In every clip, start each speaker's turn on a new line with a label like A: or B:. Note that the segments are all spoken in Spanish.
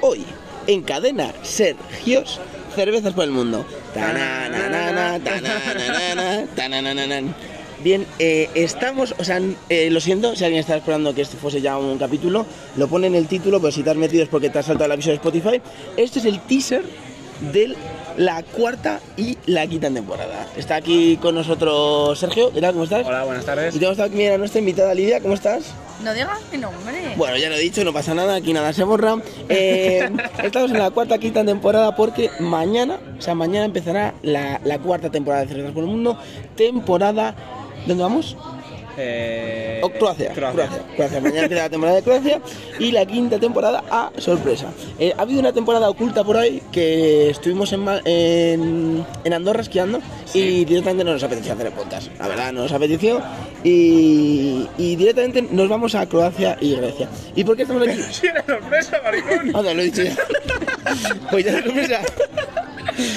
A: hoy en cadena Sergios Cervezas por el Mundo. Tananana, tananana, tananana. Bien, eh, estamos, o sea, eh, lo siento si alguien está esperando que este fuese ya un capítulo, lo pone en el título, pero si te has metido es porque te has saltado el aviso de Spotify. Este es el teaser de la cuarta y la quinta temporada. Está aquí con nosotros Sergio, ¿qué tal? ¿Cómo estás?
B: Hola, buenas tardes.
A: Y tenemos también a nuestra invitada Lidia, ¿cómo estás?
C: No digas mi nombre.
A: Bueno, ya lo he dicho, no pasa nada, aquí nada se borra. Eh, estamos en la cuarta, quinta temporada porque mañana, o sea, mañana empezará la, la cuarta temporada de Cervezas por el Mundo, temporada... ¿Dónde vamos?
B: Eh,
A: O Croacia, Croacia. Croacia. Mañana empieza la temporada de Croacia y la quinta temporada a sorpresa. Eh, ha habido una temporada oculta por ahí que estuvimos en, Ma- en, en Andorra esquiando y directamente no nos apetecía hacer el podcast. La verdad, no nos apeteció y, y directamente nos vamos a Croacia y Grecia. ¿Y por qué estamos aquí?
B: Sí, era sorpresa, maricón.
A: Anda, lo he dicho ya. Pues ya la sorpresa.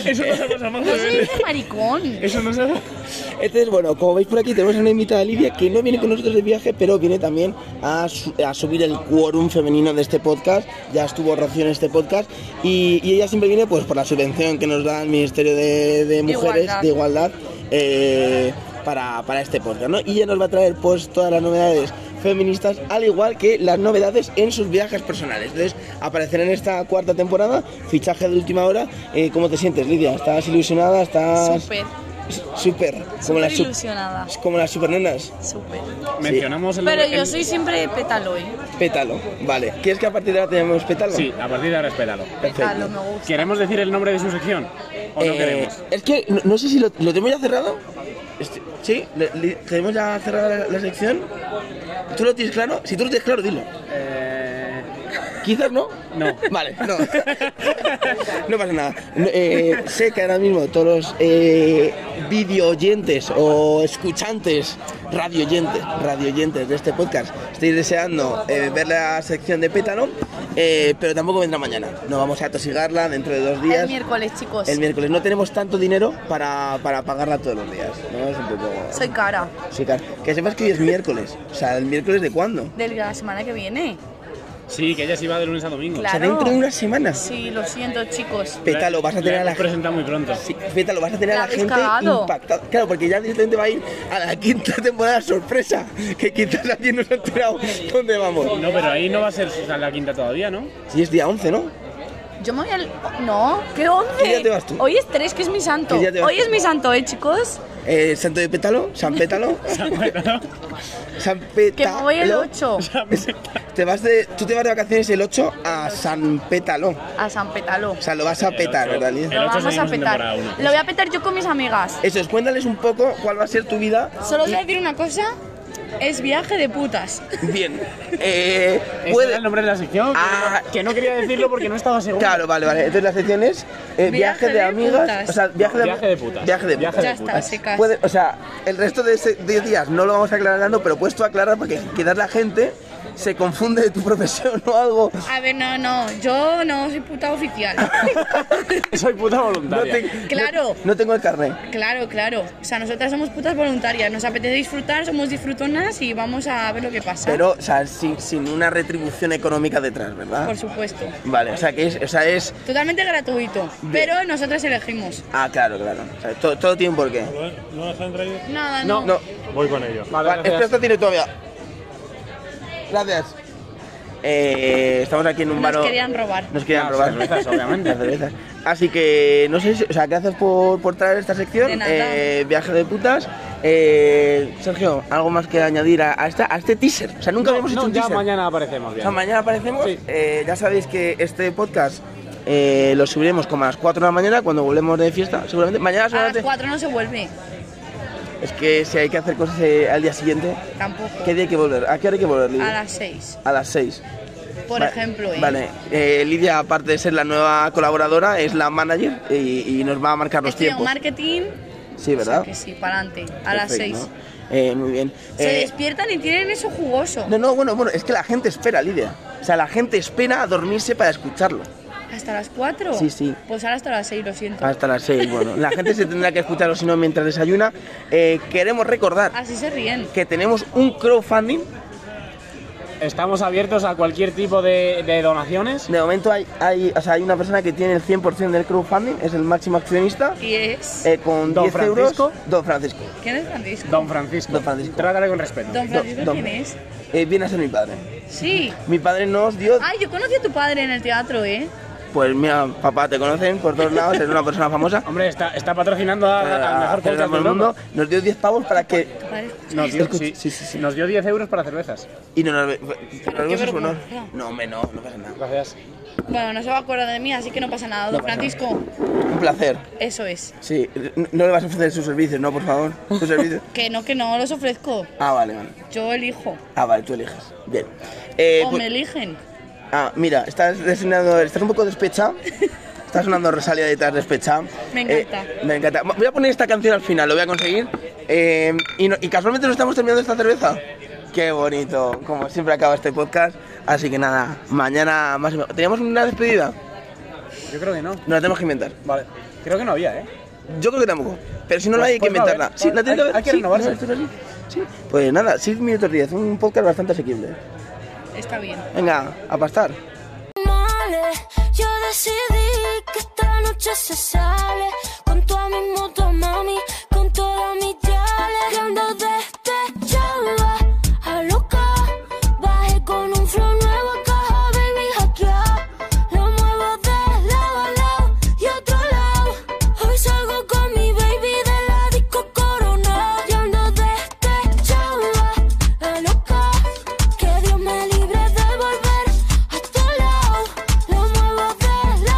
B: Eso no se pasa más
C: No
A: ¿Ah,
B: de
C: se
B: veces.
C: dice maricón.
B: Eso no se
A: Entonces, bueno, como veis por aquí, tenemos a una invitada Lidia que no viene con nosotros de viaje, pero viene también a, su- a subir el quórum femenino de este podcast. Ya estuvo Rocío en este podcast y, y ella siempre viene pues por la subvención que nos da el Ministerio de, de Mujeres
C: Igualdad.
A: de Igualdad eh, para, para este podcast, ¿no? Y ella nos va a traer pues todas las novedades feministas, al igual que las novedades en sus viajes personales. Entonces, aparecerá en esta cuarta temporada, fichaje de última hora. Eh, ¿Cómo te sientes, Lidia? ¿Estás ilusionada? ¿Estás...?
C: Súper.
A: Súper, como
C: Súper
A: las, sup-
C: ilusionada.
A: como las supernenas.
C: Súper.
B: Mencionamos el
C: Pero
B: el-
C: yo soy siempre petaloy.
A: Pétalo, vale. ¿Quieres que a partir de ahora tenemos pétalo?
B: Sí, a partir de ahora espéralo.
C: Petalo me gusta.
B: ¿Queremos decir el nombre de su sección? ¿O no
A: Eh,
B: queremos?
A: Es que no, no sé si lo, ¿lo tenemos ya cerrado. Este- sí, ¿Le- le- tenemos ya cerrada la, la sección. ¿Tú lo tienes claro? Si tú lo tienes claro, dilo.
B: Eh,
A: Quizás no.
B: No.
A: Vale, no. no pasa nada. No, eh, sé que ahora mismo todos los eh, video oyentes o escuchantes, radio oyentes, radio oyentes de este podcast, estáis deseando eh, ver la sección de Pétalo, eh, pero tampoco vendrá mañana. No vamos a tosigarla dentro de dos días.
C: El miércoles, chicos.
A: El miércoles. No tenemos tanto dinero para, para pagarla todos los días. ¿no? Es un poco...
C: Soy cara.
A: Sí, claro. Que sepas que hoy es miércoles. O sea, ¿el miércoles de cuándo?
C: De la semana que viene.
B: sí, que ella se iba de lunes a domingo.
A: O sea,
C: Claro.
A: dentro de una semana.
C: Sí, lo siento, chicos.
A: Pétalo, vas a tener a la
B: gente. presenta muy pronto.
A: Sí, Feta, lo vas a tener
C: La
A: a la
C: habéis
A: gente
C: cagado.
A: impactada. Claro, porque ya directamente va a ir a la quinta temporada sorpresa, que quizás alguien no se ha enterado dónde vamos.
B: No, pero ahí no va a ser o sea, la quinta todavía, ¿no?
A: Si es día 11, ¿no?
C: Yo me voy al. No, ¿qué once?
A: ¿Qué día te vas tú?
C: Hoy es tres, que es mi santo.
A: ¿Qué día te vas
C: Hoy
A: tú?
C: es mi santo, ¿eh, chicos?
A: Eh, Santo de Pétalo, San Pétalo, San
C: Que
A: Pétalo.
C: me voy el 8
A: Te vas de, tú te vas de vacaciones el 8 a San Pétalo.
C: a San Petalo.
A: O sea, lo vas a
B: El
A: petar,
B: ocho.
A: en realidad.
B: El
C: Lo
B: ocho
C: vamos a
B: seguimos en
C: petar.
B: temporada uno.
C: Lo voy a petar yo con mis amigas.
A: Eso es, cuéntales un poco cuál va a ser tu vida.
C: Solo os voy a decir una cosa. Es viaje de putas.
A: Bien. Eh,
B: ¿Ese
A: puede-
B: Este era el nombre de la sección?
A: Ah.
B: Que no quería decirlo porque no estaba seguro.
A: Claro, vale, vale. Entonces la sección es eh, viaje,
C: Viaje
A: de,
C: de
A: amigas.
C: putas.
A: O sea, viaje,
B: No,
A: de,
B: viaje de putas.
A: Viaje de
B: Viaje
A: putas.
C: Ya está, secas.
A: Puede- o sea, el resto de ese- de días no lo vamos aclarando, pero puedes tú aclarar porque quizás la gente se confunde de tu profesión o algo.
C: A ver, no, no, yo no soy puta oficial.
B: Soy puta
A: No
B: voluntaria.
A: te-
C: Claro.
A: No, no tengo el carnet.
C: claro, claro. O sea, nosotras somos putas voluntarias. Nos apetece disfrutar, somos disfrutonas y vamos a ver lo que pasa.
A: Pero, ah. o sea, sin, sin una retribución económica detrás, ¿verdad?
C: Por supuesto.
A: Vale, o sea, que es, o sea, es...
C: Totalmente gratuito. Pero nosotras elegimos.
A: Ah, claro, claro. O sea, todo, todo tiene un porqué.
D: ¿No las han traído?
C: Nada,
B: No,
C: no.
A: No,
D: Voy con ello.
B: Vale,
A: Vale, esto,
B: gracias.
A: esto tiene todavía. Gracias. Eh, estamos aquí en un
C: Nos
A: bar.
C: querían robar.
A: Nos querían
B: Ah,
A: robar.
B: cervezas, obviamente.
A: Las cervezas. Así que no sé, si, o sea, gracias por, por traer esta sección.
C: De nada.
A: eh, viaje de putas. Eh, Sergio, algo más que añadir a, a esta, a este teaser. O sea, nunca
B: No,
A: habíamos hecho
B: no,
A: un
B: ya
A: teaser.
B: mañana aparecemos
A: O
B: bien.
A: sea, mañana aparecemos.
B: Sí.
A: Eh, ya sabéis que este podcast eh, lo subiremos como a las 4 de la mañana cuando volvemos de fiesta, seguramente. Mañana
C: A las
A: seguramente.
C: cuatro no se vuelve.
A: Es que si hay que hacer cosas eh, al día siguiente.
C: Tampoco.
A: ¿Qué día hay que volver? ¿A qué hora hay que volver, Lidia?
C: A las seis.
A: A las 6.
C: Por ejemplo, ¿eh?
A: Vale, eh, Lidia, aparte de ser la nueva colaboradora, es la manager y, y nos va a marcar los
C: Estudio
A: tiempos.
C: marketing.
A: Sí, ¿verdad?
C: O sea que sí, para adelante. A las seis.
A: Perfecto, ¿no? Eh, muy bien.
C: Se
A: Eh,
C: despiertan y tienen eso jugoso.
A: no, no, bueno, bueno, es que la gente espera, Lidia. O sea, la gente espera a dormirse para escucharlo.
C: ¿Hasta las 4?
A: Sí, sí.
C: Pues ahora hasta las 6, lo siento.
A: Hasta las 6, bueno. La gente se tendrá que escucharlo si no mientras desayuna. Eh, queremos recordar
C: Así se ríen.
A: que tenemos un crowdfunding
B: Estamos abiertos a cualquier tipo de, de donaciones.
A: De momento hay, hay, o sea, hay una persona que tiene el 100% del crowdfunding, es el máximo accionista,
C: Y es.
A: eh, con
B: Don
A: 10
B: Francisco.
A: euros. Don Francisco.
C: ¿Quién es Francisco?
B: Don Francisco.
A: Don Francisco.
B: Trátale con respeto.
C: Don Francisco,
A: Don-
C: ¿quién es?
A: Eh, viene a ser mi padre.
C: Sí.
A: Mi padre nos dio.
C: Ay, yo conocí a tu padre en el teatro, ¿eh?
A: Pues mira, papá, te conocen por todos lados, eres una persona famosa. Eh,
B: Hombre, está, está patrocinando Ah, a-
A: Ah,
B: a- al mejor
A: Te
B: podcast
A: damos
B: del
A: el mundo.
B: mundo.
A: Nos dio 10 pavos para que.
C: Tu padre.
B: Nos dio,
A: Escucha,
B: sí,
A: sí, sí, sí.
B: nos dio 10 euros para cervezas.
A: Y no nos.
C: Pero qué
A: es honor.
C: vergüenza.
A: No, hombre, no, no pasa nada.
B: Gracias.
C: Bueno, no se va a acordar de mí, así que no pasa nada. Don
A: pasa nada.
C: Francisco,
A: Un placer.
C: eso es.
A: Sí, no- no le vas a ofrecer sus servicios, no, por favor. Sus servicios.
C: Que no, que no los ofrezco.
A: Ah, vale, vale.
C: Yo elijo.
A: Ah, vale, tú eliges. Bien. Eh,
C: o
A: pues-
C: me eligen.
A: Ah, mira, estás sonando, estás un poco despechado. Estás sonando Rosalía de estás despechado.
C: Me encanta.
A: Eh, me encanta. Voy a poner esta canción al final, lo voy a conseguir. Eh, y, no- y casualmente nos estamos terminando esta cerveza. Qué bonito, como siempre acaba este podcast. Así que nada, mañana más. y mejor. Teníamos una despedida,
B: Yo creo que no.
A: nos la tenemos que inventar.
B: Vale. Creo que no había, ¿eh?
A: Yo creo que tampoco, pero si no la
B: Pues-
A: hay, hay que
B: pues va a haber.
A: inventarla. Sí, la
B: Hay-
A: tiene que haber.
B: hay que
A: Sí,
B: renovarse.
A: sí, sí, sí. Pues nada, 6 minutos 10, un podcast bastante asequible.
C: Está bien.
A: Venga, a pastar.
E: males. Yo decidí que esta noche se sale con tu amigo, tu mami este